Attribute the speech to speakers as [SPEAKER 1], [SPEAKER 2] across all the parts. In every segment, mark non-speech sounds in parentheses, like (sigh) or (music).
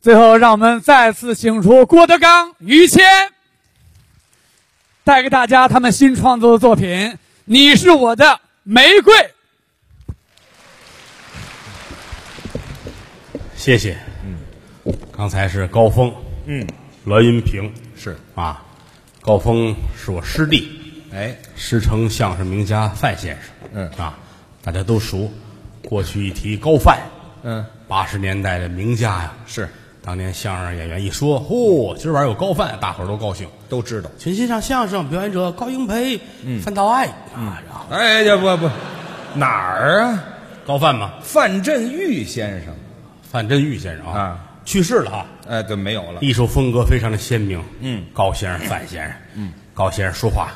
[SPEAKER 1] 最后，让我们再次请出郭德纲、于谦，带给大家他们新创作的作品《你是我的玫瑰》。
[SPEAKER 2] 谢谢。嗯，刚才是高峰，
[SPEAKER 3] 嗯，
[SPEAKER 2] 栾云平
[SPEAKER 3] 是，
[SPEAKER 2] 啊，高峰是我师弟，
[SPEAKER 3] 哎，
[SPEAKER 2] 师承相声名家范先生。
[SPEAKER 3] 嗯
[SPEAKER 2] 啊，大家都熟。过去一提高范，
[SPEAKER 3] 嗯，
[SPEAKER 2] 八十年代的名家呀，
[SPEAKER 3] 是
[SPEAKER 2] 当年相声演员一说，嚯、今儿晚上有高范，大伙儿都高兴。
[SPEAKER 3] 都知道。
[SPEAKER 2] 群欣赏相声表演者高英培、
[SPEAKER 3] 嗯
[SPEAKER 2] 范道爱啊，然后
[SPEAKER 3] 哎呀，不不，哪儿啊？
[SPEAKER 2] 高范嘛，
[SPEAKER 3] 范振钰先生，
[SPEAKER 2] 范振钰先生啊
[SPEAKER 3] 啊，
[SPEAKER 2] 去世了哈，
[SPEAKER 3] 哎，对，没有了。
[SPEAKER 2] 艺术风格非常的鲜明。
[SPEAKER 3] 嗯，
[SPEAKER 2] 高先生、范先生，嗯，高先生说话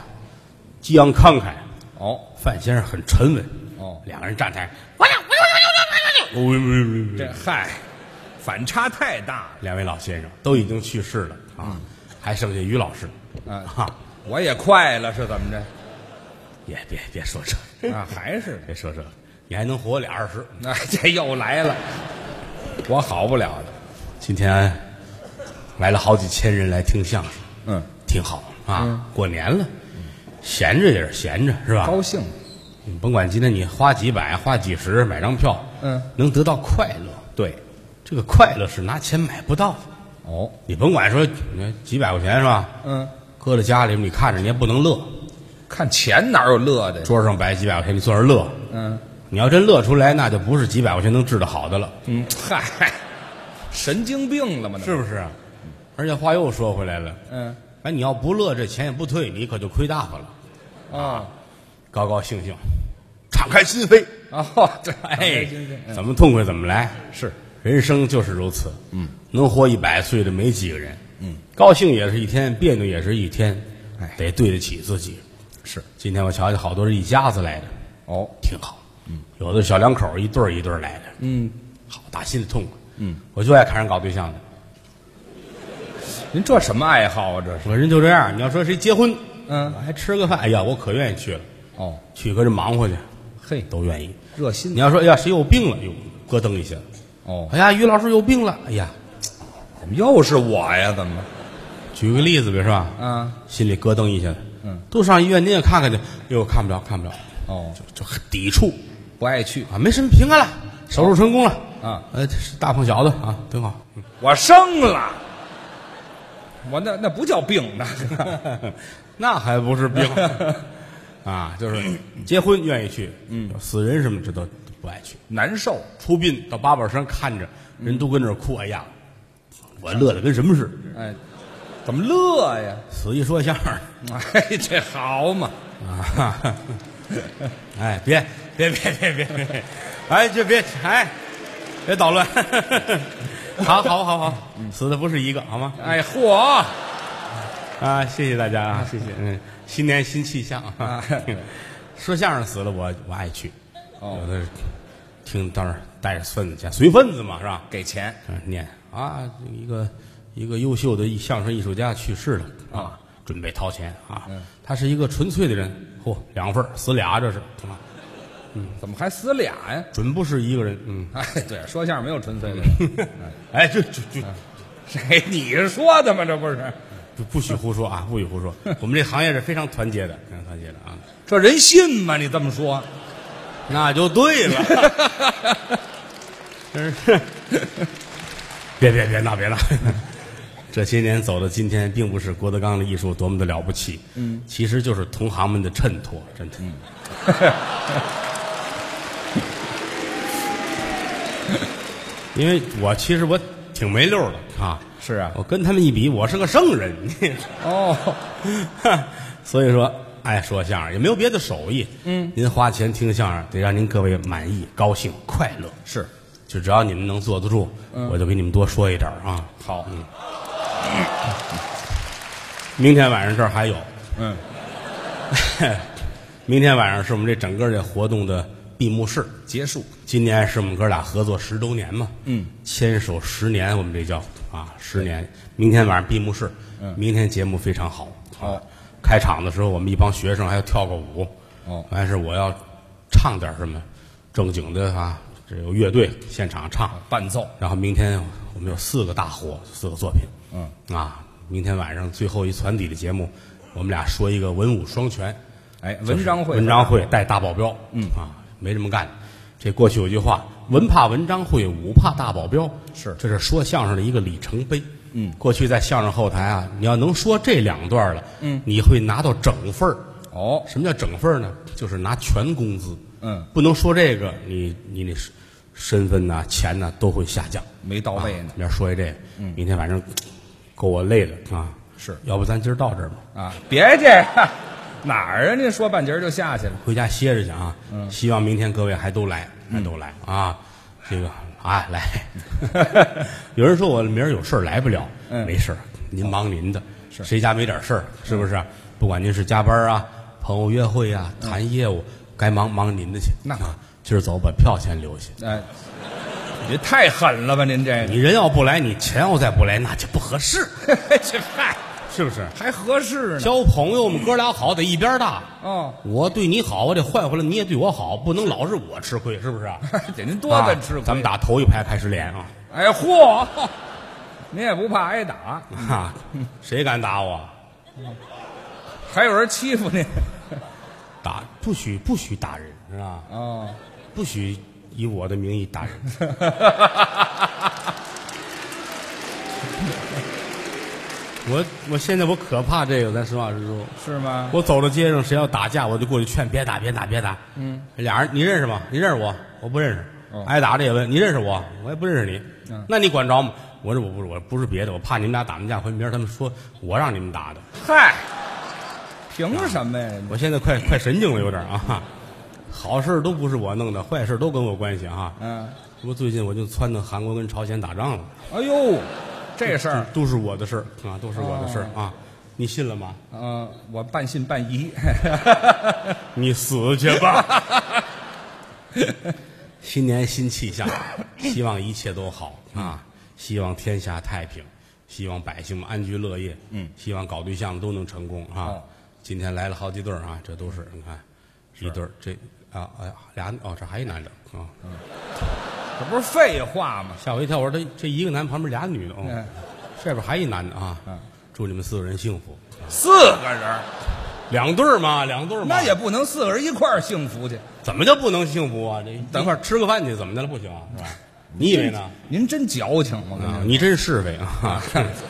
[SPEAKER 2] 激昂慷慨，
[SPEAKER 3] 哦，
[SPEAKER 2] 范先生很沉稳。
[SPEAKER 3] 哦
[SPEAKER 2] 两个人站台，我要我要我要我要我要
[SPEAKER 3] 这嗨，反差太大
[SPEAKER 2] 两位老先生都已经去世了啊，还剩下于老师
[SPEAKER 3] 了啊！
[SPEAKER 2] 哈，
[SPEAKER 3] 我也快了，是怎么 (laughs) 着？
[SPEAKER 2] 也别别说这，
[SPEAKER 3] 啊，还是
[SPEAKER 2] 别说这，你还能活俩二十。
[SPEAKER 3] 那、这又来了，我好不了了。
[SPEAKER 2] 今天来了好几千人来听相声，
[SPEAKER 3] 嗯，
[SPEAKER 2] 挺好啊。过年了，闲着也是闲着，是吧？
[SPEAKER 3] 高兴，
[SPEAKER 2] 你嗯甭管今天你花几百、花几十买张票，
[SPEAKER 3] 嗯，
[SPEAKER 2] 能得到快乐，
[SPEAKER 3] 对，
[SPEAKER 2] 这个快乐是拿钱买不到的。
[SPEAKER 3] 哦，
[SPEAKER 2] 你甭管说你几百块钱是吧？
[SPEAKER 3] 嗯，
[SPEAKER 2] 搁在家里，你看着你也不能乐。
[SPEAKER 3] 看钱哪有乐的？
[SPEAKER 2] 桌上摆几百块钱，你坐那儿乐，
[SPEAKER 3] 嗯
[SPEAKER 2] 你要真乐出来，那就不是几百块钱能治得好的了，
[SPEAKER 3] 嗯，嗨，神经病了吗？
[SPEAKER 2] 是不是？而且话又说回来了，
[SPEAKER 3] 啊嗯
[SPEAKER 2] 哎，你要不乐，这钱也不退，你可就亏大发了。
[SPEAKER 3] 啊
[SPEAKER 2] 高高兴兴，敞开心扉，
[SPEAKER 3] 哦，对，
[SPEAKER 2] 哎
[SPEAKER 3] 对对，对
[SPEAKER 2] 怎么痛快怎么来，
[SPEAKER 3] 是
[SPEAKER 2] 人生就是如此。嗯，能活一百岁的没几个人。嗯，高兴也是一天，别扭也是一天，
[SPEAKER 3] 哎
[SPEAKER 2] 得对得起自己。
[SPEAKER 3] 是
[SPEAKER 2] 今天我瞧见好多是一家子来的，
[SPEAKER 3] 哦，
[SPEAKER 2] 挺好。嗯，有的小两口一对儿一对儿来的，
[SPEAKER 3] 嗯，
[SPEAKER 2] 好，打心里痛快。嗯，我就爱看人搞对象的，
[SPEAKER 3] 您这什么爱好啊？这是
[SPEAKER 2] 我人就这样。你要说谁结婚，
[SPEAKER 3] 嗯
[SPEAKER 2] 我还吃个饭，哎呀，我可愿意去了，
[SPEAKER 3] 哦，
[SPEAKER 2] 去搁这忙活去，
[SPEAKER 3] 嘿，
[SPEAKER 2] 都愿意。
[SPEAKER 3] 热心
[SPEAKER 2] 你要说，哎呀，谁有病了，哟，咯噔一下，
[SPEAKER 3] 哦，
[SPEAKER 2] 哎呀，于老师有病了，哎呀，
[SPEAKER 3] 怎么又是我呀？怎么？
[SPEAKER 2] 举个例子呗，是吧？
[SPEAKER 3] 啊，
[SPEAKER 2] 心里咯噔一下，
[SPEAKER 3] 嗯，
[SPEAKER 2] 都上医院您也看看去，哟，看不了，看不了，
[SPEAKER 3] 哦，
[SPEAKER 2] 就很抵触
[SPEAKER 3] 不爱去，
[SPEAKER 2] 啊，没什么平安了，手术成功了
[SPEAKER 3] 啊，
[SPEAKER 2] 呃，这是大胖小子啊，挺好。嗯
[SPEAKER 3] 我生了，我那那不叫病，那个
[SPEAKER 2] 那还不是病啊？就是结婚愿意去，嗯，死人什么这都不爱去。
[SPEAKER 3] (laughs) 难受，
[SPEAKER 2] 出殡到八宝山看着人都跟那儿哭，哎呀，我乐的跟什么似的。
[SPEAKER 3] 哎，怎么乐呀？ (laughs)
[SPEAKER 2] 死一说相声
[SPEAKER 3] 哎，这好嘛，
[SPEAKER 2] 啊，哈哈 (laughs) 哎，别别别别别，别哎，就别哎，别捣乱。 (laughs) 好好好好，嗯死的不是一个，好吗？
[SPEAKER 3] 哎嚯，
[SPEAKER 2] 啊，谢谢大家啊，谢谢，嗯，新年新气象啊
[SPEAKER 3] 啊！
[SPEAKER 2] (laughs) 说相声死了，我我爱去，
[SPEAKER 3] 哦
[SPEAKER 2] 有的听到那儿带着份子去，随份子嘛，是吧？
[SPEAKER 3] 给钱
[SPEAKER 2] 嗯念啊，一个一个优秀的艺相声艺术家去世了
[SPEAKER 3] 啊，
[SPEAKER 2] 准备掏钱啊，他是一个纯粹的人，嚯，两份儿死俩这是，啊
[SPEAKER 3] 怎么还死俩呀？ (laughs)
[SPEAKER 2] 准不是一个人，嗯，
[SPEAKER 3] 哎，对，说相声没有纯粹的 (laughs) 人，
[SPEAKER 2] 哎，就就就
[SPEAKER 3] 谁你说的吗？这不是，
[SPEAKER 2] 就不许胡说啊，不许胡说，我们这行业是非常团结的，非常团结的啊，
[SPEAKER 3] 这人信吗？你这么说，
[SPEAKER 2] 那就对了。 (laughs) 真是，别别别闹别闹！这些年走到今天，并不是郭德纲的艺术多么的了不起，嗯，其实就是同行们的衬托，真的。因为我其实我挺没溜儿的啊，
[SPEAKER 3] 是啊
[SPEAKER 2] 我跟他们一比，我是个圣人。 (laughs)
[SPEAKER 3] 哦，
[SPEAKER 2] 所以说，爱说相声也没有别的手艺。嗯，您花钱听相声，得让您各位满意、高兴、快乐。
[SPEAKER 3] 是嗯
[SPEAKER 2] 就只要你们能坐得住，我就给你们多说一点儿啊。
[SPEAKER 3] 好，
[SPEAKER 2] 明天晚上这儿还有，
[SPEAKER 3] 嗯，
[SPEAKER 2] (laughs) 明天晚上是我们这整个这活动的闭幕式。
[SPEAKER 3] 结束，
[SPEAKER 2] 今年是我们哥俩合作十周年嘛，
[SPEAKER 3] 嗯，
[SPEAKER 2] 牵手十年，我们这叫啊十年。明天晚上闭幕式，嗯，明天节目非常好。
[SPEAKER 3] 好
[SPEAKER 2] 啊，开场的时候我们一帮学生还要跳个舞，
[SPEAKER 3] 哦
[SPEAKER 2] 完事我要唱点什么正经的啊，这有乐队现场唱，
[SPEAKER 3] 伴奏
[SPEAKER 2] 然后明天我们有四个大火，四个作品。嗯啊，明天晚上最后一船底的节目，我们俩说一个文武双全。
[SPEAKER 3] 哎，文章会，
[SPEAKER 2] 文章会带大保镖，嗯啊，没这么干。这过去有句话，文怕文章会，武怕大保镖，
[SPEAKER 3] 是
[SPEAKER 2] 这是说相声的一个里程碑。嗯，过去在相声后台啊，你要能说这两段了，嗯，你会拿到整份儿。
[SPEAKER 3] 哦，
[SPEAKER 2] 什么叫整份儿呢？就是拿全工资。
[SPEAKER 3] 嗯，
[SPEAKER 2] 不能说这个，你你那身身份呐、钱呐、都会下降。
[SPEAKER 3] 没到位呢
[SPEAKER 2] 明儿说一这个，明天晚上够我累的啊。
[SPEAKER 3] 是
[SPEAKER 2] 要不咱今儿到这儿吧，
[SPEAKER 3] 啊！别这样， (laughs) 哪儿啊？您说半截儿就下去了，
[SPEAKER 2] 回家歇着去啊。嗯，希望明天各位还都来，还都来啊。这个啊，来， (laughs) 有人说我明儿有事儿来不了，
[SPEAKER 3] 嗯
[SPEAKER 2] 没事儿，您忙您的，谁家没点事儿？是不是？不管您是加班啊、朋友约会啊、谈业务，该忙忙您的去。
[SPEAKER 3] 那
[SPEAKER 2] 啊今儿走，把票先留下。
[SPEAKER 3] 哎，您太狠了吧？您这
[SPEAKER 2] 你人要不来，你钱要再不来，那就不合适，
[SPEAKER 3] 个， (laughs) 这嗨，
[SPEAKER 2] 是不是？
[SPEAKER 3] 还合适呢？
[SPEAKER 2] 交朋友，我们哥俩好得一边大。
[SPEAKER 3] 哦，
[SPEAKER 2] 我对你好，我得换回来，你也对我好，不能老是我吃亏，是不是啊？
[SPEAKER 3] 给您多的
[SPEAKER 2] 啊
[SPEAKER 3] 吃亏。
[SPEAKER 2] 咱们，打头一排开始连啊！
[SPEAKER 3] 哎嚯， (laughs) 您也不怕挨打？
[SPEAKER 2] 啊，谁敢打我？
[SPEAKER 3] 还有人欺负您？
[SPEAKER 2] 打不许不许打人是吧？
[SPEAKER 3] 哦，
[SPEAKER 2] 不许以我的名义打人。我我现在我可怕这个，咱实话实说，
[SPEAKER 3] 是吗？
[SPEAKER 2] 我走到街上，谁要打架，我就过去劝，别打，别打，别打。嗯，俩人你认识吗？你认识我？我不认识。
[SPEAKER 3] 哦
[SPEAKER 2] 挨打的也问你认识我，我也不认识你。
[SPEAKER 3] 嗯
[SPEAKER 2] 那你管着吗？我说我不是，我不是别的，我怕你们俩打完架回，明儿他们说我让你们打的。
[SPEAKER 3] 嗨，凭什么呀？
[SPEAKER 2] 我现在快快神经了，有点啊。好事都不是我弄的，坏事都跟我关系啊。
[SPEAKER 3] 嗯，
[SPEAKER 2] 这不最近我就撺掇韩国跟朝鲜打仗了，
[SPEAKER 3] 哎呦，这事儿，哦
[SPEAKER 2] 都是我的事儿啊，都是我的事儿啊。你信了吗？
[SPEAKER 3] 嗯、我半信半疑。 (laughs)
[SPEAKER 2] 你死去吧！新年新气
[SPEAKER 3] (laughs)
[SPEAKER 2] 象，希望一切都好
[SPEAKER 3] 嗯
[SPEAKER 2] 啊！希望天下太平，希望百姓们安居乐业。嗯，希望搞对象的都能成功啊！
[SPEAKER 3] 哦
[SPEAKER 2] 今天来了好几对儿啊，这都是你看，一对儿这啊哎呀俩哦这还一男的啊，
[SPEAKER 3] 嗯这不是废话吗？
[SPEAKER 2] 吓我一跳！我说这这一个男旁边俩女的，哦
[SPEAKER 3] 嗯
[SPEAKER 2] 这边还一男的啊
[SPEAKER 3] 嗯！
[SPEAKER 2] 祝你们四个人幸福，
[SPEAKER 3] 四个人儿，
[SPEAKER 2] 两对儿嘛，两对儿嘛，
[SPEAKER 3] 那也不能四个人一块儿幸福去。
[SPEAKER 2] 怎么就不能幸福啊？这一块儿吃个饭去，怎么的了？不行啊是吧？你以为呢？
[SPEAKER 3] 您真矫情，我跟
[SPEAKER 2] 啊，
[SPEAKER 3] 您
[SPEAKER 2] 你真是呗啊！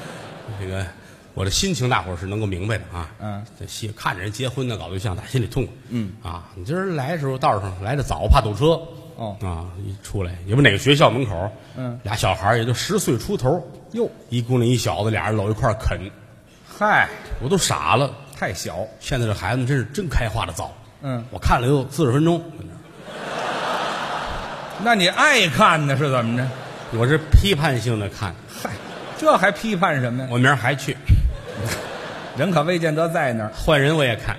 [SPEAKER 2] (laughs) 这个我的心情，大伙儿是能够明白的啊。
[SPEAKER 3] 嗯，
[SPEAKER 2] 这戏看着人结婚呢，搞对象，打心里痛。嗯啊，你今儿来的时候道上来的早，怕堵车。
[SPEAKER 3] 哦
[SPEAKER 2] 啊，一出来也不哪个学校门口，
[SPEAKER 3] 嗯，
[SPEAKER 2] 俩小孩儿也就十岁出头，
[SPEAKER 3] 哟，
[SPEAKER 2] 一姑娘一小子，俩人搂一块儿啃，
[SPEAKER 3] 嗨，
[SPEAKER 2] 我都傻了。
[SPEAKER 3] 太小，
[SPEAKER 2] 现在这孩子们真是真开化的早。
[SPEAKER 3] 嗯
[SPEAKER 2] 我看了有四十分钟，
[SPEAKER 3] 那你爱看呢是怎么着？
[SPEAKER 2] 我是批判性的看，
[SPEAKER 3] 嗨，这还批判什么呀？
[SPEAKER 2] 我明儿还去，
[SPEAKER 3] 人可未见得在那儿
[SPEAKER 2] 换人我也看，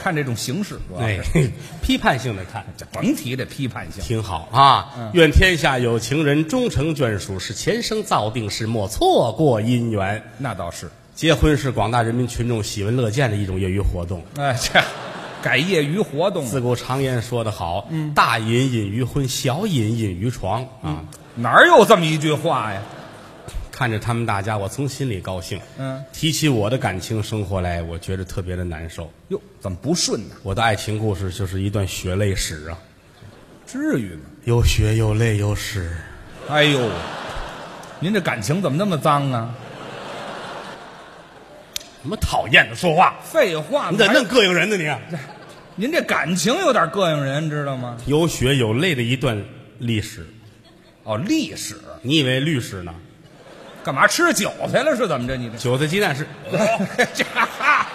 [SPEAKER 3] 看这种形式，主要
[SPEAKER 2] 哎
[SPEAKER 3] 是，
[SPEAKER 2] (laughs) 批判性的看，
[SPEAKER 3] 甭提这批判性。
[SPEAKER 2] 挺好啊！
[SPEAKER 3] 嗯
[SPEAKER 2] 愿天下有情人终成眷属，是前生造定事，莫错过姻缘。
[SPEAKER 3] 那倒是，
[SPEAKER 2] 结婚是广大人民群众喜闻乐见的一种业余活动。
[SPEAKER 3] 哎，这改业余活动
[SPEAKER 2] 自古常言说得好，
[SPEAKER 3] 嗯
[SPEAKER 2] 大隐隐于婚，小隐隐于床啊！
[SPEAKER 3] 哪儿有这么一句话呀？
[SPEAKER 2] 看着他们大家，我从心里高兴。
[SPEAKER 3] 嗯，
[SPEAKER 2] 提起我的感情生活来，我觉得特别的难受。
[SPEAKER 3] 哟，怎么不顺呢？
[SPEAKER 2] 我的爱情故事就是一段血泪史啊，
[SPEAKER 3] 至于吗？
[SPEAKER 2] 又血又泪又史。
[SPEAKER 3] 哎呦，您这感情怎么那么脏啊？
[SPEAKER 2] 什么讨厌的说话？
[SPEAKER 3] 废话，
[SPEAKER 2] 你咋那
[SPEAKER 3] 还
[SPEAKER 2] 么膈应人呢你？
[SPEAKER 3] 您这感情有点膈应人，知道吗？
[SPEAKER 2] 有血有泪的一段历史。
[SPEAKER 3] 哦，历史
[SPEAKER 2] 你以为律师呢？
[SPEAKER 3] 干嘛吃韭菜了是怎么着？你这
[SPEAKER 2] 韭菜鸡蛋 (laughs) 是？
[SPEAKER 3] (laughs) 这哈，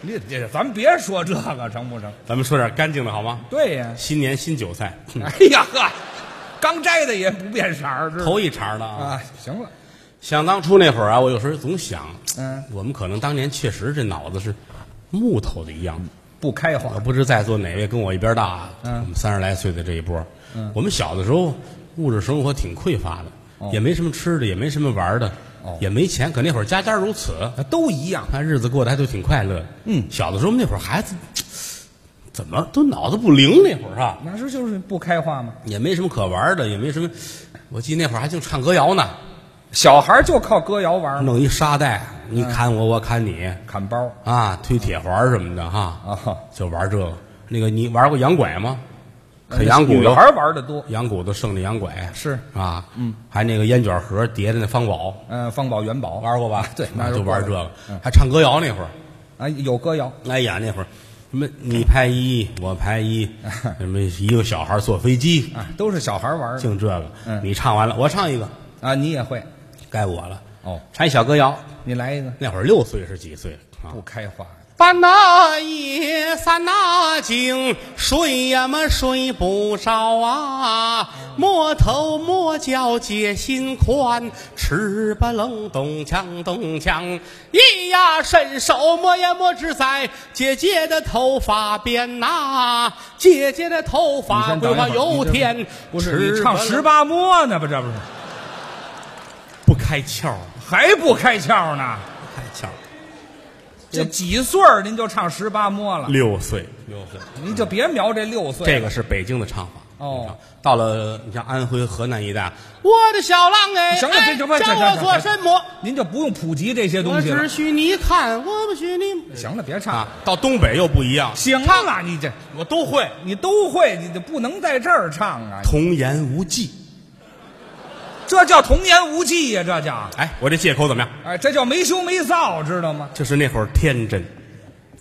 [SPEAKER 3] 你这咱别说这个成不成？
[SPEAKER 2] 咱们说点干净的好吗？、
[SPEAKER 3] 对呀
[SPEAKER 2] 新年新韭菜，哼
[SPEAKER 3] (laughs) 哎呀呵，刚摘的也不变色儿，知道吗
[SPEAKER 2] 头一茬的啊！
[SPEAKER 3] 啊，行了，
[SPEAKER 2] 想当初那会儿啊，我有时候总想，
[SPEAKER 3] 嗯，
[SPEAKER 2] 我们可能当年确实这脑子是木头的一样。
[SPEAKER 3] 不开化
[SPEAKER 2] 我，不知在座哪位跟我一边大啊，
[SPEAKER 3] 嗯
[SPEAKER 2] 我们三十来岁的这一波，我们小的时候物质生活挺匮乏的，也没什么吃的，也没什么玩的，也没钱，可那会儿家家如此。
[SPEAKER 3] 啊都一样。
[SPEAKER 2] 他日子过得还都挺快乐的。嗯，小的时候我们那会儿孩子，怎么都脑子不灵那会儿啊，
[SPEAKER 3] 那时就是不开化嘛。
[SPEAKER 2] 也没什么可玩的，也没什么。我记得那会儿还净唱歌谣呢，
[SPEAKER 3] 小孩就靠歌谣玩嘛，
[SPEAKER 2] 弄一沙袋，
[SPEAKER 3] 嗯
[SPEAKER 2] 你砍我，我砍你
[SPEAKER 3] 砍包
[SPEAKER 2] 啊，推铁环什么的哈，
[SPEAKER 3] 啊，
[SPEAKER 2] 就玩这个。那个你玩过羊拐吗？啃羊骨
[SPEAKER 3] 呃女
[SPEAKER 2] 头，
[SPEAKER 3] 孩玩的多。
[SPEAKER 2] 羊骨头剩的羊拐
[SPEAKER 3] 是
[SPEAKER 2] 啊，嗯，还那个烟卷盒叠着那方宝，
[SPEAKER 3] 嗯，方宝元宝
[SPEAKER 2] 玩过吧？
[SPEAKER 3] (laughs) 对
[SPEAKER 2] 那就
[SPEAKER 3] 那
[SPEAKER 2] 玩
[SPEAKER 3] 是
[SPEAKER 2] 这
[SPEAKER 3] 过嗯来
[SPEAKER 2] 个，还唱歌谣那会儿。
[SPEAKER 3] 啊，有歌谣，
[SPEAKER 2] 哎呀，那会儿什么你拍一，我拍一，什么一个小孩坐飞机，
[SPEAKER 3] 啊，都是小孩玩的
[SPEAKER 2] 净这个。
[SPEAKER 3] 嗯
[SPEAKER 2] 你唱完了，我唱一个，
[SPEAKER 3] 啊，你也会
[SPEAKER 2] 该我了。
[SPEAKER 3] 哦，
[SPEAKER 2] 唱一小歌谣，
[SPEAKER 3] 你来一个，
[SPEAKER 2] 那会儿六岁是几岁啊？
[SPEAKER 3] 不开化，
[SPEAKER 2] 半那夜，三那经，睡呀么睡不着啊，摸头摸脚解心宽，吃吧冷咚锵咚锵，一呀伸手摸呀摸，只在姐姐的头发边呐、姐姐的头发
[SPEAKER 3] 你先等
[SPEAKER 2] 规划
[SPEAKER 3] 一会儿
[SPEAKER 2] 有
[SPEAKER 3] 你这
[SPEAKER 2] 天，
[SPEAKER 3] 不是你
[SPEAKER 2] 吃
[SPEAKER 3] 唱
[SPEAKER 2] 吧
[SPEAKER 3] 十八摸呢吧？这不是
[SPEAKER 2] 不开窍，
[SPEAKER 3] 还不开窍呢？
[SPEAKER 2] 不开窍，
[SPEAKER 3] 这几岁儿您就唱十八摸了，
[SPEAKER 2] 六岁，六岁。
[SPEAKER 3] 您就别瞄这六岁了，
[SPEAKER 2] 这个是北京的唱法。
[SPEAKER 3] 哦，
[SPEAKER 2] 到了你像安徽、河南一带，我的小郎哎，
[SPEAKER 3] 行了
[SPEAKER 2] 哎
[SPEAKER 3] 行了行了
[SPEAKER 2] 叫
[SPEAKER 3] 行了
[SPEAKER 2] 我做什么？
[SPEAKER 3] 您就不用普及这些
[SPEAKER 2] 我
[SPEAKER 3] 东西
[SPEAKER 2] 只
[SPEAKER 3] 了。
[SPEAKER 2] 许你看，我不许你
[SPEAKER 3] 行了，别唱
[SPEAKER 2] 啊
[SPEAKER 3] 了，。
[SPEAKER 2] 到东北又不一样，
[SPEAKER 3] 行了，你这
[SPEAKER 2] 我都会。
[SPEAKER 3] 你都会，你就不能在这儿唱啊！
[SPEAKER 2] 童言无忌，
[SPEAKER 3] 这叫童言无忌呀、这叫
[SPEAKER 2] 哎，我这借口怎么样？
[SPEAKER 3] 哎，这叫没羞没臊，知道吗？
[SPEAKER 2] 就是那会儿天真，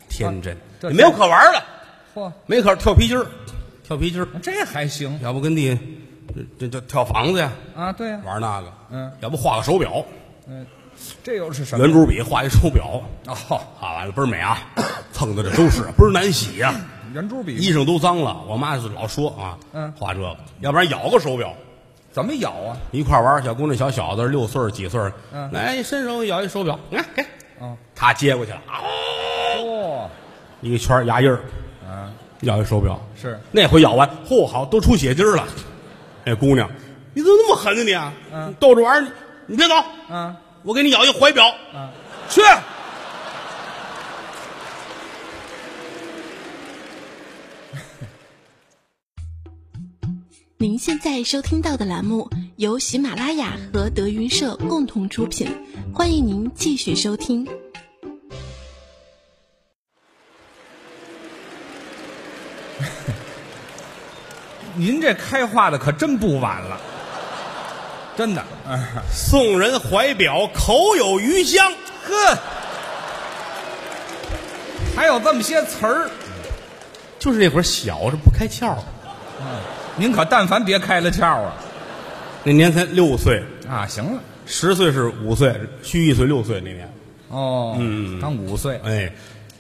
[SPEAKER 2] 天真
[SPEAKER 3] 啊，这
[SPEAKER 2] 没有可玩的，
[SPEAKER 3] 嚯，
[SPEAKER 2] 没可跳皮筋儿，跳皮筋儿，
[SPEAKER 3] 这还行
[SPEAKER 2] 要不跟地这这这跳房子呀，
[SPEAKER 3] 啊？对呀、
[SPEAKER 2] 玩那个，
[SPEAKER 3] 嗯，
[SPEAKER 2] 要不画个手表，
[SPEAKER 3] 这又是什么？
[SPEAKER 2] 圆珠笔画一手表，
[SPEAKER 3] 哦，
[SPEAKER 2] 画完了倍儿美啊， (coughs) 蹭的这都是倍儿难洗呀、
[SPEAKER 3] 圆珠笔
[SPEAKER 2] 衣裳都脏了，我妈就老说啊，
[SPEAKER 3] 嗯
[SPEAKER 2] 画这个，要不然咬个手表，
[SPEAKER 3] 怎么咬啊？
[SPEAKER 2] 一块玩儿小姑娘、小小子，六岁儿几岁儿，
[SPEAKER 3] 嗯
[SPEAKER 2] 来伸手咬一手表，你看给，
[SPEAKER 3] 哦，
[SPEAKER 2] 他接过去了，啊，
[SPEAKER 3] 嚯，
[SPEAKER 2] 一个圈儿牙印儿，
[SPEAKER 3] 啊，
[SPEAKER 2] 咬一手表，
[SPEAKER 3] 是
[SPEAKER 2] 那回咬完，嚯，好都出血筋儿了，那姑娘，你怎么那么狠呢你啊？
[SPEAKER 3] 嗯
[SPEAKER 2] 你逗着玩儿，你你别走，
[SPEAKER 3] 啊
[SPEAKER 2] 我给你咬一怀表，
[SPEAKER 3] 啊，
[SPEAKER 2] 去，
[SPEAKER 4] 您现在收听到的栏目由喜马拉雅和德云社共同出品，欢迎您继续收听。
[SPEAKER 3] 您这开化的可真不晚了，真的。啊、
[SPEAKER 2] 送人怀表，口有余香，
[SPEAKER 3] 呵，还有这么些词儿，
[SPEAKER 2] 就是那会儿小，这不开窍儿，
[SPEAKER 3] 您可但凡别开了窍啊！
[SPEAKER 2] 那年才六岁。
[SPEAKER 3] 啊，行了，
[SPEAKER 2] 十岁是五岁，虚一岁六岁那年。
[SPEAKER 3] 哦，嗯，刚五岁，
[SPEAKER 2] 哎，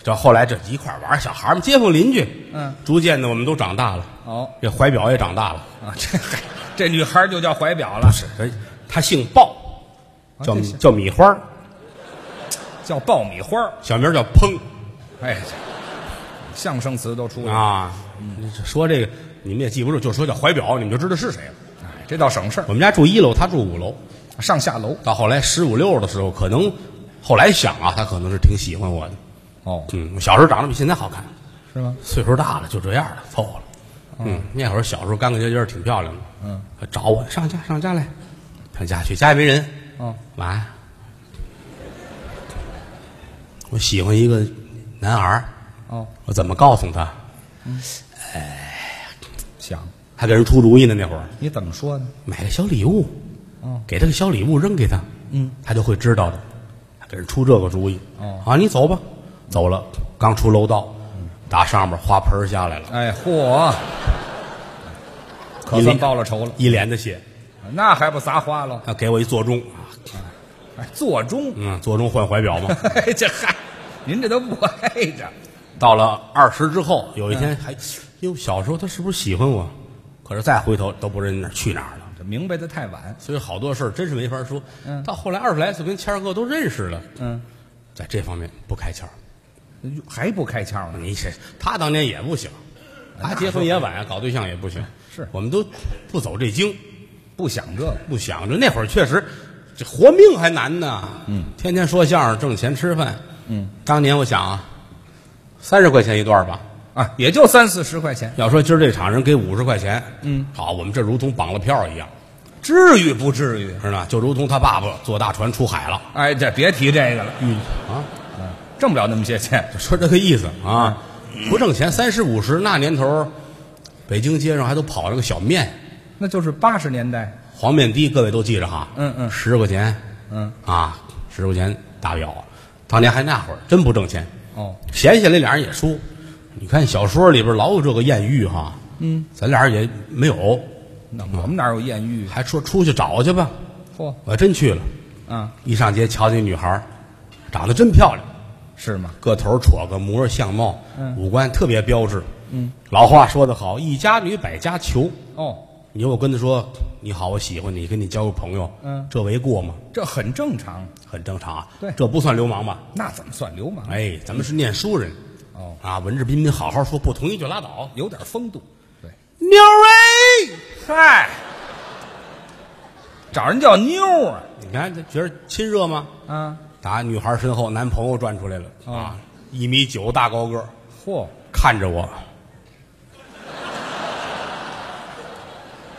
[SPEAKER 2] 这后来这一块儿玩儿小孩儿嘛，街坊邻居，
[SPEAKER 3] 嗯，
[SPEAKER 2] 逐渐的我们都长大了，
[SPEAKER 3] 哦，
[SPEAKER 2] 这怀表也长大了。
[SPEAKER 3] 啊，这还这女孩就叫怀表了
[SPEAKER 2] 不，是，他他姓鲍，
[SPEAKER 3] 啊
[SPEAKER 2] 叫
[SPEAKER 3] 这
[SPEAKER 2] 米
[SPEAKER 3] 是
[SPEAKER 2] 叫米花儿，
[SPEAKER 3] 叫爆米花儿
[SPEAKER 2] 小名叫烹
[SPEAKER 3] 哎，相声词都出来了，
[SPEAKER 2] 啊。
[SPEAKER 3] 嗯
[SPEAKER 2] 你这说这个你们也记不住，就说叫怀表，你们就知道是谁了。
[SPEAKER 3] 哎，这倒省事儿
[SPEAKER 2] 我们家住一楼，他住五楼。
[SPEAKER 3] 上下楼
[SPEAKER 2] 到后来十五六的时候，可能后来想啊，他可能是挺喜欢我的。
[SPEAKER 3] 哦，
[SPEAKER 2] 嗯，我小时候长得比现在好看，
[SPEAKER 3] 是吗？
[SPEAKER 2] 岁数大了就这样了，凑合了。嗯，那会儿小时候干干净净儿，挺漂亮的。
[SPEAKER 3] 嗯，
[SPEAKER 2] 找我上家上家来，上家去，家也没人。
[SPEAKER 3] 哦，
[SPEAKER 2] 晚安。我喜欢一个男孩儿
[SPEAKER 3] 哦，
[SPEAKER 2] 我怎么告诉他？
[SPEAKER 3] 想
[SPEAKER 2] 还给人出主意呢。那会儿
[SPEAKER 3] 你怎么说呢？
[SPEAKER 2] 买个小礼物，
[SPEAKER 3] 哦，
[SPEAKER 2] 给他个小礼物扔给他，嗯，他就会知道的。还给人出这个主意。
[SPEAKER 3] 哦嗯
[SPEAKER 2] 啊，你走吧，走了，刚出楼道，打上面花盆儿下来了，
[SPEAKER 3] 哎，嚯，可
[SPEAKER 2] 一
[SPEAKER 3] 算
[SPEAKER 2] 脸
[SPEAKER 3] 报了仇了，
[SPEAKER 2] 一脸的血。
[SPEAKER 3] 那还不砸花了？
[SPEAKER 2] 他给我一座钟，
[SPEAKER 3] 哎，座钟，
[SPEAKER 2] 嗯，座钟换怀表嘛。
[SPEAKER 3] (laughs) 哎，这嗨，您这都不挨着，
[SPEAKER 2] 到了二十之后，有一天
[SPEAKER 3] 嗯
[SPEAKER 2] 还，哟，小时候他是不是喜欢我？可是再回头都不知道哪儿去哪儿了。
[SPEAKER 3] 这明白的太晚，
[SPEAKER 2] 所以好多事儿真是没法说。
[SPEAKER 3] 嗯
[SPEAKER 2] 到后来二十来岁跟谦儿哥都认识了，
[SPEAKER 3] 嗯，
[SPEAKER 2] 在这方面不开窍。
[SPEAKER 3] 还不开窍呢，
[SPEAKER 2] 你这他当年也不行，他结婚也晚，搞对象也不行。
[SPEAKER 3] 是
[SPEAKER 2] 我们都不走这经，
[SPEAKER 3] 不想这个，
[SPEAKER 2] 不想着那会儿确实，这活命还难呢。嗯，天天说相声挣钱吃饭。嗯，当年我想啊，三十块钱一段吧，
[SPEAKER 3] 啊，也就三四十块钱，
[SPEAKER 2] 要说今儿这场人给五十块钱，
[SPEAKER 3] 嗯，
[SPEAKER 2] 好，我们这如同绑了票一样，
[SPEAKER 3] 至于不至于？
[SPEAKER 2] 是吧？就如同他爸爸坐大船出海
[SPEAKER 3] (laughs)
[SPEAKER 2] 了，
[SPEAKER 3] 哎，这别提这个了，
[SPEAKER 2] 嗯啊，
[SPEAKER 3] 挣不了那么些钱。
[SPEAKER 2] 就说这个意思啊，
[SPEAKER 3] 嗯
[SPEAKER 2] 不挣钱三十五十那年头儿，北京街上还都跑那个小面
[SPEAKER 3] 那就是八十年代，
[SPEAKER 2] 黄面的，各位都记着哈，
[SPEAKER 3] 嗯嗯
[SPEAKER 2] 十块钱，
[SPEAKER 3] 嗯，
[SPEAKER 2] 啊，十块钱大不了，当年还那会儿真不挣钱，
[SPEAKER 3] 哦，
[SPEAKER 2] 闲下来俩人也说，你看小说里边老有这个艳遇哈，嗯，咱俩人也没有，
[SPEAKER 3] 那我们哪有艳遇？
[SPEAKER 2] 还说出去找去吧，
[SPEAKER 3] 嚯，
[SPEAKER 2] 我真去了，
[SPEAKER 3] 啊，
[SPEAKER 2] 一上街瞧见女孩儿，长得真漂亮，
[SPEAKER 3] 是吗？
[SPEAKER 2] 个头儿、戳个模样、相貌，
[SPEAKER 3] 嗯
[SPEAKER 2] 五官特别标致，嗯，老话说得好，一家女百家求，
[SPEAKER 3] 哦，
[SPEAKER 2] 你说我跟她说你好，我喜欢你，跟你交个朋友，
[SPEAKER 3] 嗯
[SPEAKER 2] 这为过吗？
[SPEAKER 3] 这很正常，
[SPEAKER 2] 很正常啊，
[SPEAKER 3] 对
[SPEAKER 2] 这不算流氓吧？
[SPEAKER 3] 那怎么算流氓？
[SPEAKER 2] 哎，咱们是念书人，
[SPEAKER 3] 哦，
[SPEAKER 2] 啊，文质彬彬，好好说，不同意就拉倒。
[SPEAKER 3] 有点风度，对，
[SPEAKER 2] 妞儿哎，
[SPEAKER 3] 嗨，找人叫妞啊，
[SPEAKER 2] 你看这觉得亲热吗？
[SPEAKER 3] 啊，
[SPEAKER 2] 打女孩身后，男朋友转出来了、
[SPEAKER 3] 哦
[SPEAKER 2] 啊，一米九大高个儿，
[SPEAKER 3] 嚯，
[SPEAKER 2] 看着我，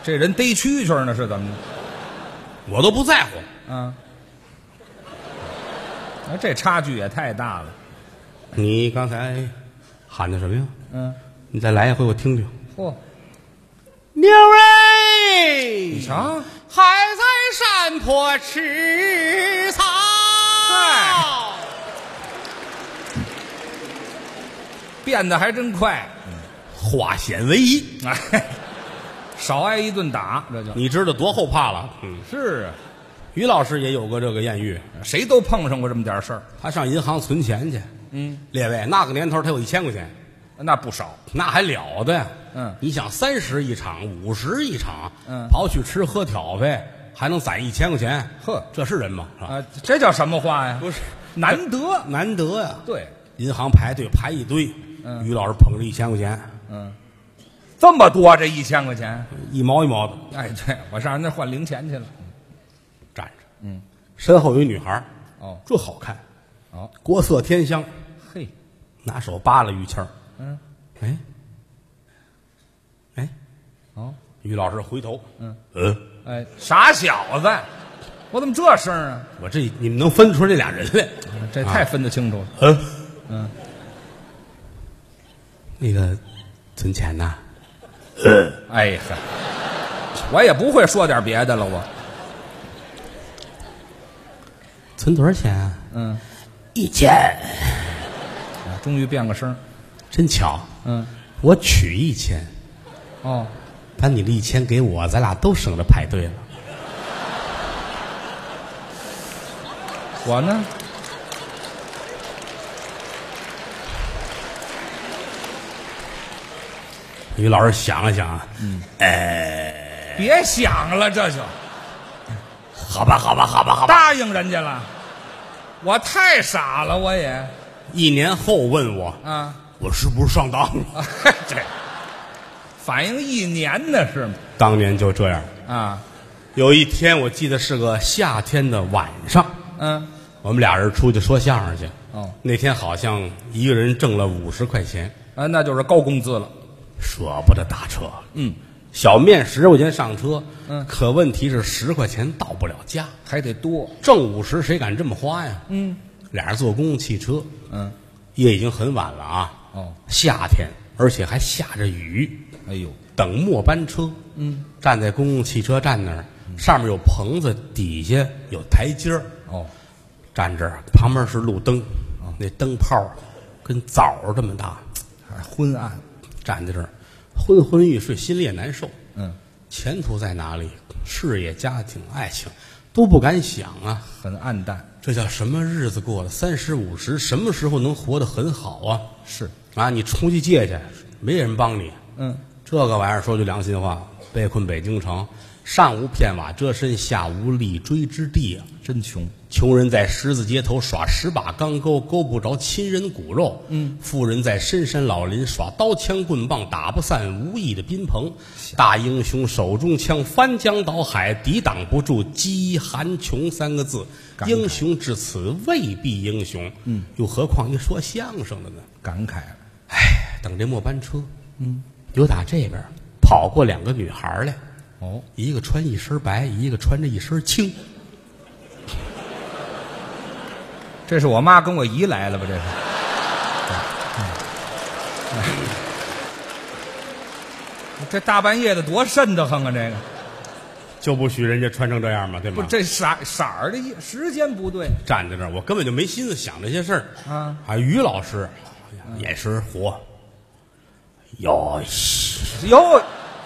[SPEAKER 3] 这人逮蛐蛐呢是怎么着？
[SPEAKER 2] 我都不在乎。
[SPEAKER 3] (laughs) 啊，啊这差距也太大了，
[SPEAKER 2] 你刚才喊的什么呀？
[SPEAKER 3] 嗯，
[SPEAKER 2] 你再来一回，我听听。
[SPEAKER 3] 嚯，
[SPEAKER 2] 妞儿
[SPEAKER 3] 你瞧，
[SPEAKER 2] 还在山坡吃草。
[SPEAKER 3] 变得还真快， (laughs)
[SPEAKER 2] 化险为夷，
[SPEAKER 3] 哎，少挨一顿打，这就
[SPEAKER 2] 你知道多后怕了。嗯，
[SPEAKER 3] 是啊。
[SPEAKER 2] 于老师也有过这个艳遇，
[SPEAKER 3] 谁都碰上过这么点事儿，
[SPEAKER 2] 他上银行存钱去。
[SPEAKER 3] 嗯，
[SPEAKER 2] 列位，那个年头他有一千块钱，
[SPEAKER 3] 那不少。
[SPEAKER 2] 那还了得呀？
[SPEAKER 3] 嗯
[SPEAKER 2] 你想三十一场，五十一场，
[SPEAKER 3] 嗯
[SPEAKER 2] 刨去吃喝挑费，还能攒一千块钱，
[SPEAKER 3] 呵
[SPEAKER 2] 这是人吗？是吧？
[SPEAKER 3] 啊，这叫什么话呀？
[SPEAKER 2] 不是
[SPEAKER 3] 难得。
[SPEAKER 2] 难得呀！
[SPEAKER 3] 对，
[SPEAKER 2] 银行排队排一堆，
[SPEAKER 3] 嗯
[SPEAKER 2] 于老师捧着一千块钱，
[SPEAKER 3] 嗯，这么多这一千块钱，
[SPEAKER 2] 一毛一毛的
[SPEAKER 3] 哎，对我上人那换零钱去了。
[SPEAKER 2] 站着，
[SPEAKER 3] 嗯，
[SPEAKER 2] 身后有一女孩儿，
[SPEAKER 3] 哦，
[SPEAKER 2] 这好看，
[SPEAKER 3] 哦，
[SPEAKER 2] 国色天香，
[SPEAKER 3] 嘿，
[SPEAKER 2] 拿手扒拉于谦儿，
[SPEAKER 3] 嗯，
[SPEAKER 2] 哎，哎，
[SPEAKER 3] 哦，
[SPEAKER 2] 于老师回头，
[SPEAKER 3] 嗯
[SPEAKER 2] 嗯，
[SPEAKER 3] 哎，傻小子，我怎么这声儿啊？
[SPEAKER 2] 我这你们能分出这俩人来？
[SPEAKER 3] 这
[SPEAKER 2] 啊
[SPEAKER 3] 太分得清楚了。
[SPEAKER 2] 嗯
[SPEAKER 3] 嗯，
[SPEAKER 2] 那个存钱呐，
[SPEAKER 3] 哎呀，我也不会说点别的了，我。
[SPEAKER 2] 存多少钱啊？
[SPEAKER 3] 嗯，
[SPEAKER 2] 一千，
[SPEAKER 3] 啊终于变个声儿。
[SPEAKER 2] 真巧，
[SPEAKER 3] 嗯，
[SPEAKER 2] 我取一千，
[SPEAKER 3] 哦，
[SPEAKER 2] 把你的一千给我，咱俩都省着排队了。
[SPEAKER 3] 我呢？
[SPEAKER 2] 于老师想了想啊，
[SPEAKER 3] 别想了，这就。
[SPEAKER 2] 好吧，好吧，好吧，好吧。
[SPEAKER 3] 答应人家了，我太傻了，我也
[SPEAKER 2] 一年后问我，
[SPEAKER 3] 啊， (laughs)
[SPEAKER 2] 我是不是上当了？
[SPEAKER 3] 这反应一年呢是吗？
[SPEAKER 2] 当年就这样。
[SPEAKER 3] 啊，
[SPEAKER 2] 有一天，我记得是个夏天的晚上，
[SPEAKER 3] 嗯，
[SPEAKER 2] 我们俩人出去说相声去。
[SPEAKER 3] 哦，
[SPEAKER 2] 那天好像一个人挣了五十块钱，
[SPEAKER 3] 啊，那就是高工资了，
[SPEAKER 2] 舍不得打车。
[SPEAKER 3] 嗯，
[SPEAKER 2] 小面十块钱上车，
[SPEAKER 3] 嗯
[SPEAKER 2] 可问题是十块钱到不了家，
[SPEAKER 3] 还得多，
[SPEAKER 2] 挣五十谁敢这么花呀？
[SPEAKER 3] 嗯
[SPEAKER 2] 俩人坐公共汽车，
[SPEAKER 3] 嗯，
[SPEAKER 2] 夜已经很晚了啊，
[SPEAKER 3] 哦，
[SPEAKER 2] 夏天，而且还下着雨，
[SPEAKER 3] 哎呦，
[SPEAKER 2] 等末班车。嗯，站在公共汽车站那儿，上面有棚子，底下有台阶儿，
[SPEAKER 3] 哦，
[SPEAKER 2] 站这儿，旁边是路灯，那灯泡儿跟枣儿这么大，
[SPEAKER 3] 还昏暗，
[SPEAKER 2] 站在这儿，昏昏欲睡，心里也难受。
[SPEAKER 3] 嗯，
[SPEAKER 2] 前途在哪里？事业、家庭、爱情都不敢想啊！
[SPEAKER 3] 很暗淡，
[SPEAKER 2] 这叫什么日子过的？三十五十，什么时候能活得很好啊？
[SPEAKER 3] 是，
[SPEAKER 2] 啊，你出去借去，没人帮你。
[SPEAKER 3] 嗯，
[SPEAKER 2] 这个玩意儿说句良心话，被困北京城，上无片瓦遮身，下无立锥之地啊！
[SPEAKER 3] 真穷，
[SPEAKER 2] 穷人在十字街头耍十把钢钩，勾不着亲人骨肉；嗯，富人在深山老林耍刀枪棍棒，打不散无义的宾朋。大英雄手中枪，翻江倒海，抵挡不住饥寒穷三个字。
[SPEAKER 3] 感慨
[SPEAKER 2] 英雄至此未必英雄，嗯，又何况一说相声的呢？
[SPEAKER 3] 感慨了，
[SPEAKER 2] 哎，等这末班车，嗯，有打这边跑过两个女孩儿来，
[SPEAKER 3] 哦，
[SPEAKER 2] 一个穿一身白，一个穿着一身青。
[SPEAKER 3] 这是我妈跟我姨来了吧？这是嗯。这大半夜的多瘆得慌啊！这个
[SPEAKER 2] 就不许人家穿成这样嘛，对
[SPEAKER 3] 不
[SPEAKER 2] 吗
[SPEAKER 3] 是，？这色色儿的衣时间不对，
[SPEAKER 2] 站在那儿，我根本就没心思想这些事儿。
[SPEAKER 3] 啊
[SPEAKER 2] 还有于老师，眼神活，有戏，
[SPEAKER 3] 有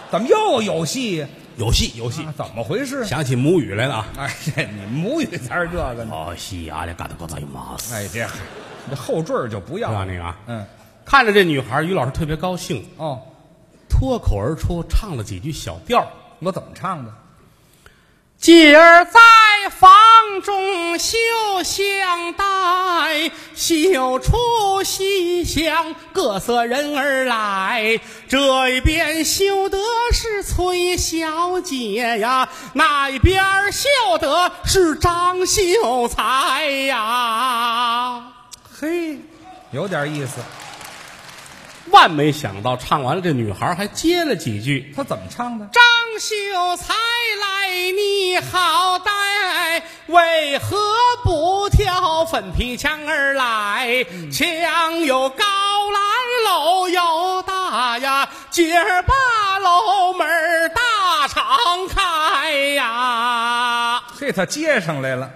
[SPEAKER 3] 怎么又有戏呀？
[SPEAKER 2] 有戏，有戏
[SPEAKER 3] 啊。怎么回
[SPEAKER 2] (laughs)
[SPEAKER 3] 事？
[SPEAKER 2] 想起母语来了啊！哦
[SPEAKER 3] 哎，这你母语才是这个呢。
[SPEAKER 2] 有戏，阿里嘎多ございます。
[SPEAKER 3] 哎，这这后缀儿就不要
[SPEAKER 2] 知道
[SPEAKER 3] 了。
[SPEAKER 2] 那个啊？
[SPEAKER 3] 嗯，
[SPEAKER 2] 看着这女孩，于老师特别高兴，
[SPEAKER 3] 哦，
[SPEAKER 2] 脱口而出唱了几句小调儿。
[SPEAKER 3] 我怎么唱的？
[SPEAKER 2] 姐儿在房中绣香袋，绣出西厢各色人儿来。这一边绣的是崔小姐呀，那一边绣的是张秀才呀。
[SPEAKER 3] 嘿，有点意思。
[SPEAKER 2] 万没想到，唱完了这女孩还接了几句。
[SPEAKER 3] 他怎么唱的？
[SPEAKER 2] 张秀才来，你好歹为何不挑粉皮墙儿来？墙有高来楼有大呀，姐儿把楼门儿大敞开呀。
[SPEAKER 3] 嘿，他接上来了。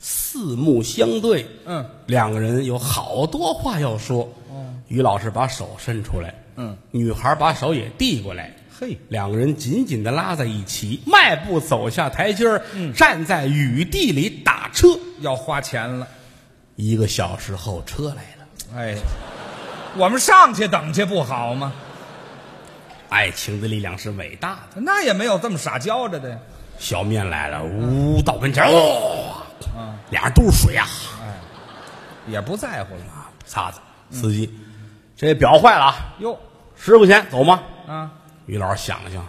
[SPEAKER 2] 四目相对，
[SPEAKER 3] 嗯，哦
[SPEAKER 2] 两个人有好多话要说。于老师把手伸出来，
[SPEAKER 3] 嗯，
[SPEAKER 2] 女孩把手也递过来，
[SPEAKER 3] 嘿，嗯
[SPEAKER 2] 两个人紧紧的拉在一起，迈步走下台阶儿，站在雨地里打车。
[SPEAKER 3] 要花钱了。
[SPEAKER 2] 一个小时后，车来了，
[SPEAKER 3] 哎，我们上去等去不好吗？
[SPEAKER 2] 爱情的力量是伟大的。
[SPEAKER 3] 那也没有这么傻娇着的呀。
[SPEAKER 2] 小面来了，
[SPEAKER 3] 嗯
[SPEAKER 2] 呜，到跟前儿，哇、俩人都是水啊，
[SPEAKER 3] 也不在乎了。
[SPEAKER 2] 擦擦。司机，
[SPEAKER 3] 嗯
[SPEAKER 2] 这表坏了啊，
[SPEAKER 3] 哟，
[SPEAKER 2] 十块钱走吗？
[SPEAKER 3] 啊，
[SPEAKER 2] 于老师想了想，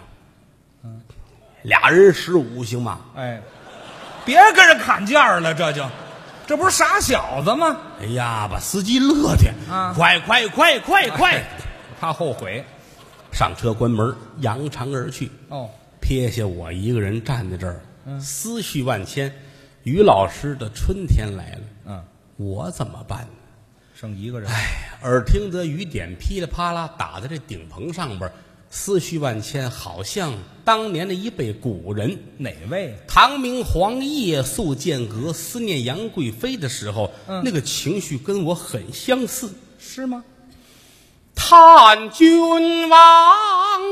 [SPEAKER 2] 俩人十五行吗？
[SPEAKER 3] 哎，别跟人砍价了，这就，这不是傻小子吗？
[SPEAKER 2] 哎呀，把司机乐的，
[SPEAKER 3] 啊
[SPEAKER 2] 快快快快快！ (laughs)
[SPEAKER 3] 怕后悔
[SPEAKER 2] 上车关门，扬长而去，
[SPEAKER 3] 哦。
[SPEAKER 2] 撇下我一个人站在这儿，思绪万千。于老师的春天来了，
[SPEAKER 3] 嗯，
[SPEAKER 2] 我怎么办呢？ (laughs)
[SPEAKER 3] 剩一个人，哎
[SPEAKER 2] 耳听得雨点噼里啪啦打在这顶棚上边儿，思绪万千，好像当年的一辈古人。
[SPEAKER 3] 哪位？
[SPEAKER 2] 唐明皇夜宿剑阁，思念杨贵妃的时候，那个情绪跟我很相似。
[SPEAKER 3] 是吗？
[SPEAKER 2] 叹君王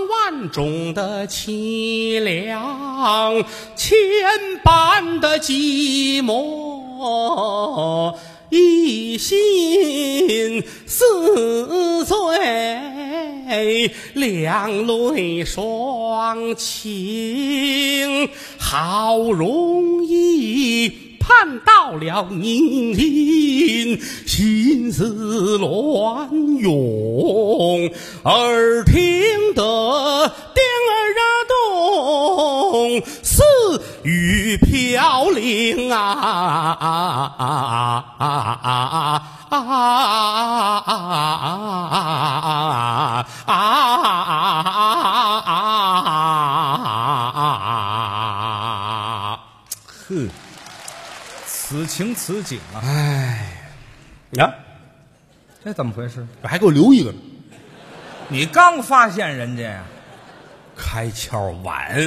[SPEAKER 2] 万种的凄凉，千般的寂寞，一心似醉，两泪双倾，好容易。盼到了宁陵，心思乱涌，耳听得啊叮儿啊咚，似雨飘零啊啊啊啊啊啊啊啊啊啊！哼。
[SPEAKER 3] 此情此景啊，
[SPEAKER 2] 你看，
[SPEAKER 3] 这怎么回事？
[SPEAKER 2] 还给我留一个呢。
[SPEAKER 3] 你刚发现人家呀、
[SPEAKER 2] 开窍晚，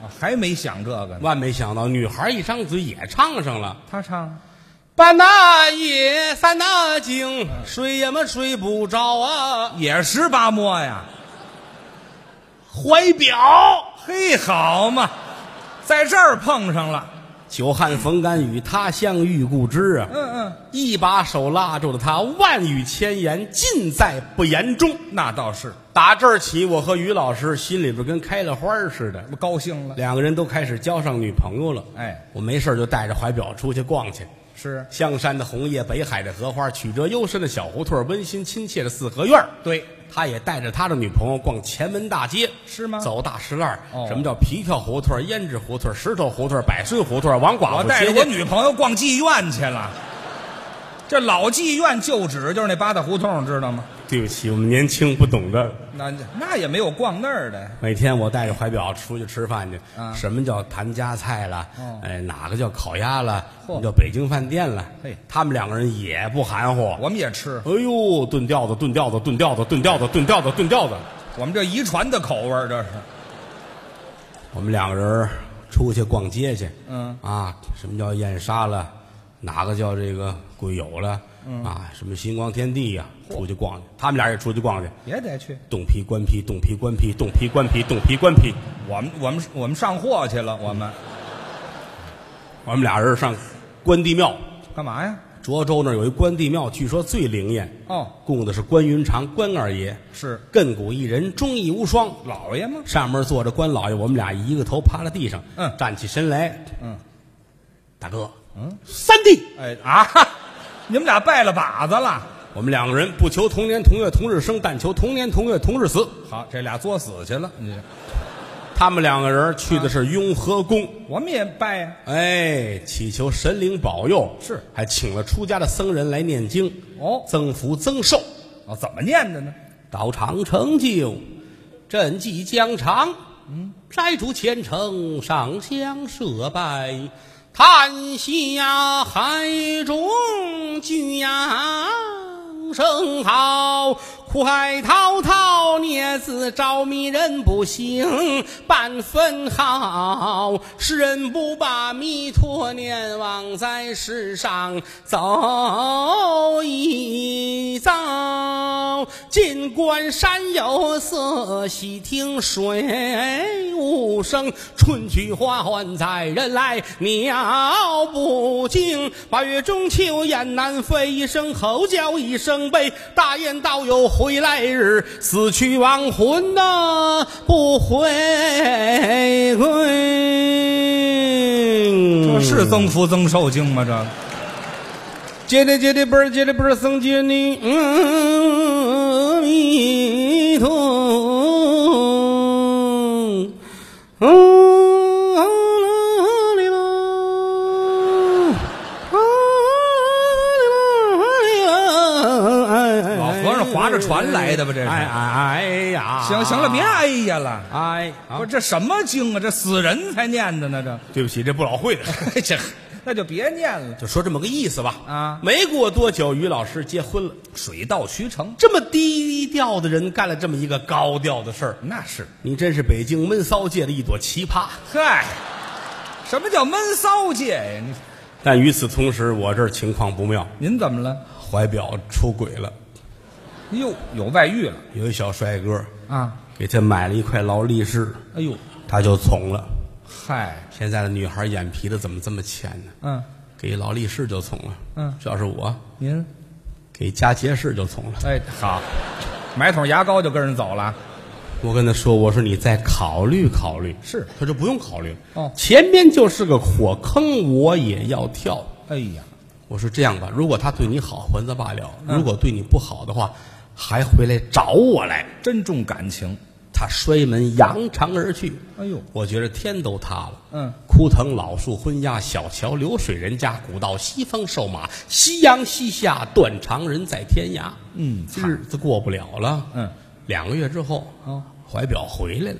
[SPEAKER 3] 啊还没想这个呢。
[SPEAKER 2] 万没想到女孩一张嘴也唱上了。
[SPEAKER 3] 他唱
[SPEAKER 2] 半那夜，三那经，睡也么睡不着啊。
[SPEAKER 3] 也是十八摸呀，
[SPEAKER 2] 怀表，
[SPEAKER 3] 嘿，好嘛，在这儿碰上了。
[SPEAKER 2] 久旱逢甘雨，他乡遇故知啊。
[SPEAKER 3] 嗯嗯，
[SPEAKER 2] 一把手拉住了他，万语千言尽在不言中。
[SPEAKER 3] 那倒是，
[SPEAKER 2] 打这儿起，我和于老师心里边跟开了花儿似的，
[SPEAKER 3] 我高兴了。
[SPEAKER 2] 两个人都开始交上女朋友了。
[SPEAKER 3] 哎，
[SPEAKER 2] 我没事儿就带着怀表出去逛去。
[SPEAKER 3] 是
[SPEAKER 2] 香山的红叶，北海的荷花，曲折幽深的小胡同，温馨亲切的四合院儿
[SPEAKER 3] 对，
[SPEAKER 2] 他也带着他的女朋友逛前门大街，
[SPEAKER 3] 是吗
[SPEAKER 2] 走大石栏，
[SPEAKER 3] 哦
[SPEAKER 2] 什么叫皮条胡同、胭脂胡同、石头胡同、百顺胡同、王寡
[SPEAKER 3] 我
[SPEAKER 2] 妇
[SPEAKER 3] 带
[SPEAKER 2] 街
[SPEAKER 3] 着我女朋友逛妓院去了。这老妓院旧址就是那八大胡同，知道吗？
[SPEAKER 2] 对不起，我们年轻不懂这个。
[SPEAKER 3] 那那也没有逛那儿的，
[SPEAKER 2] 每天我带着怀表出去吃饭去，
[SPEAKER 3] 啊
[SPEAKER 2] 什么叫谭家菜了？
[SPEAKER 3] 哦
[SPEAKER 2] 哎，哪个叫烤鸭了？
[SPEAKER 3] 嚯
[SPEAKER 2] 什么叫北京饭店了？
[SPEAKER 3] 嘿
[SPEAKER 2] 他们两个人也不含糊。
[SPEAKER 3] 我们也吃，
[SPEAKER 2] 哎呦，炖吊子，炖吊子，炖吊子，炖吊子，炖吊子，炖吊子。
[SPEAKER 3] 我们这遗传的口味儿这是。
[SPEAKER 2] 我们两个人出去逛街去，
[SPEAKER 3] 嗯
[SPEAKER 2] 啊，什么叫燕莎了？哪个叫这个贵友了？
[SPEAKER 3] 嗯
[SPEAKER 2] 啊，什么星光天地呀、出去逛去，他们俩也出去逛去，
[SPEAKER 3] 也得去。
[SPEAKER 2] 冻皮官皮，冻皮官皮，冻皮官皮，冻皮官皮。
[SPEAKER 3] 我们我们我们上货去了，我们
[SPEAKER 2] 我们俩人上关帝庙，
[SPEAKER 3] 嗯干嘛呀？
[SPEAKER 2] 涿州那儿有一关帝庙，据说最灵验，
[SPEAKER 3] 哦，
[SPEAKER 2] 供的是关云长关二爷，
[SPEAKER 3] 是
[SPEAKER 2] 亘古一人，忠义无双。
[SPEAKER 3] 老爷吗？
[SPEAKER 2] 上面坐着关老爷，我们俩一个头趴在地上，
[SPEAKER 3] 嗯
[SPEAKER 2] 站起身来，
[SPEAKER 3] 嗯，
[SPEAKER 2] 大哥，嗯，三弟，
[SPEAKER 3] 哎啊， (laughs) 你们俩拜了把子了。
[SPEAKER 2] 我们两个人不求同年同月同日生，但求同年同月同日死。
[SPEAKER 3] 好，这俩作死去了。你
[SPEAKER 2] 他们两个人去的是雍和宫，
[SPEAKER 3] 我们也拜啊呀、
[SPEAKER 2] 哎，祈求神灵保佑，
[SPEAKER 3] 是
[SPEAKER 2] 还请了出家的僧人来念经，
[SPEAKER 3] 哦
[SPEAKER 2] 增福增寿。
[SPEAKER 3] 哦，怎么念的呢？
[SPEAKER 2] 到长城就镇济疆场，摘竹虔诚上香设拜，叹息呀海中巨扬声号，苦海滔滔孽子着迷人不醒半分好，世人不把弥陀念，枉在世上走一遭。近观山有色，细听水无声。春去花还在，人来鸟不惊。八月中秋雁南飞，一声吼叫一声悲。大雁道有回来日，死去亡魂呐、不回归。
[SPEAKER 3] 这是增福增寿经吗？这个
[SPEAKER 2] 接着接着嘣，接着嘣，僧接你，嗯，阿弥陀，嗯，阿弥陀，阿弥陀，
[SPEAKER 3] 老和尚划着船来的吧？这是。
[SPEAKER 2] 哎哎哎呀！
[SPEAKER 3] 行行了，别哎呀了。
[SPEAKER 2] 哎，
[SPEAKER 3] 不是这什么经啊？这死人才念的呢？这
[SPEAKER 2] 对不起，这不老会的。
[SPEAKER 3] 这那就别念了，
[SPEAKER 2] 就说这么个意思吧。
[SPEAKER 3] 啊
[SPEAKER 2] 没过多久，于老师结婚了。
[SPEAKER 3] 水到渠成。
[SPEAKER 2] 这么低调的人干了这么一个高调的事儿，
[SPEAKER 3] 那是
[SPEAKER 2] 你真是北京闷骚界的一朵奇葩。
[SPEAKER 3] 嗨，什么叫闷骚界呀？你
[SPEAKER 2] 但与此同时，我这儿情况不妙，
[SPEAKER 3] 您怎么了？
[SPEAKER 2] 怀表出轨了，
[SPEAKER 3] 哟，有外遇了
[SPEAKER 2] 有一小帅哥
[SPEAKER 3] 啊！
[SPEAKER 2] 给他买了一块劳力士，
[SPEAKER 3] 哎呦，
[SPEAKER 2] 他就从了。
[SPEAKER 3] 嗨，
[SPEAKER 2] 现在的女孩眼皮子怎么这么浅呢？
[SPEAKER 3] 嗯，
[SPEAKER 2] 给劳力士就从了，
[SPEAKER 3] 嗯
[SPEAKER 2] 这要是我
[SPEAKER 3] 您
[SPEAKER 2] 给佳洁士就从了。
[SPEAKER 3] 哎好，买桶牙膏就跟人走了，
[SPEAKER 2] 我跟他说，我说你再考虑考虑，
[SPEAKER 3] 是
[SPEAKER 2] 他说不用考虑了，
[SPEAKER 3] 哦
[SPEAKER 2] 前面就是个火坑，我也要跳。
[SPEAKER 3] 哎呀，
[SPEAKER 2] 我说这样吧，如果他对你好，还则罢了；
[SPEAKER 3] 嗯
[SPEAKER 2] 如果对你不好的话，还回来找我来。
[SPEAKER 3] 真重感情，
[SPEAKER 2] 他摔门扬长而去。
[SPEAKER 3] 哎呦
[SPEAKER 2] 我觉得天都塌了。
[SPEAKER 3] 嗯，
[SPEAKER 2] 枯藤老树昏鸦，小桥流水人家，古道西风瘦马，夕阳西下，断肠人在天涯。
[SPEAKER 3] 嗯
[SPEAKER 2] 日子过不了了。
[SPEAKER 3] 嗯，
[SPEAKER 2] 两个月之后，
[SPEAKER 3] 哦
[SPEAKER 2] 怀表回来了。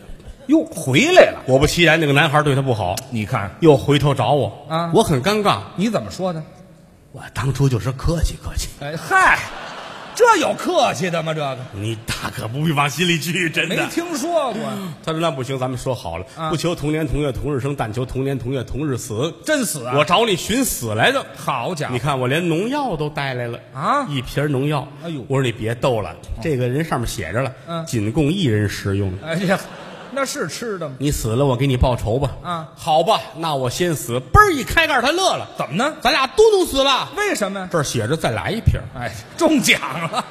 [SPEAKER 3] 哟回来了，
[SPEAKER 2] 果不其然，那个男孩对她不好，
[SPEAKER 3] 你看
[SPEAKER 2] 又回头找我。
[SPEAKER 3] 啊
[SPEAKER 2] 我很尴尬。
[SPEAKER 3] 你怎么说的？
[SPEAKER 2] 我当初就是客气客气，
[SPEAKER 3] 哎嗨，这有客气的吗？这个
[SPEAKER 2] 你大可不必往心里去，真
[SPEAKER 3] 没
[SPEAKER 2] 的。
[SPEAKER 3] 听说过，
[SPEAKER 2] 他说那不行，咱们说好了，
[SPEAKER 3] 啊
[SPEAKER 2] 不求同年同月同日生，但求同年同月同日死。
[SPEAKER 3] 真死啊！
[SPEAKER 2] 我找你寻死来的。
[SPEAKER 3] 好家
[SPEAKER 2] 你
[SPEAKER 3] 伙，
[SPEAKER 2] 看，我连农药都带来了
[SPEAKER 3] 啊
[SPEAKER 2] 一瓶农药。
[SPEAKER 3] 哎呦
[SPEAKER 2] 我说你别逗了，这个人上面写着了，
[SPEAKER 3] 嗯
[SPEAKER 2] 仅供一人食用。
[SPEAKER 3] 哎呀，那是吃的吗？
[SPEAKER 2] 你死了，我给你报仇吧。
[SPEAKER 3] 啊
[SPEAKER 2] 好吧，那我先死。嘣儿一开盖，他乐了，
[SPEAKER 3] 怎么呢？
[SPEAKER 2] 咱俩都能死了。
[SPEAKER 3] 为什么呀？
[SPEAKER 2] 这儿写着再来一瓶。
[SPEAKER 3] 哎，中奖了，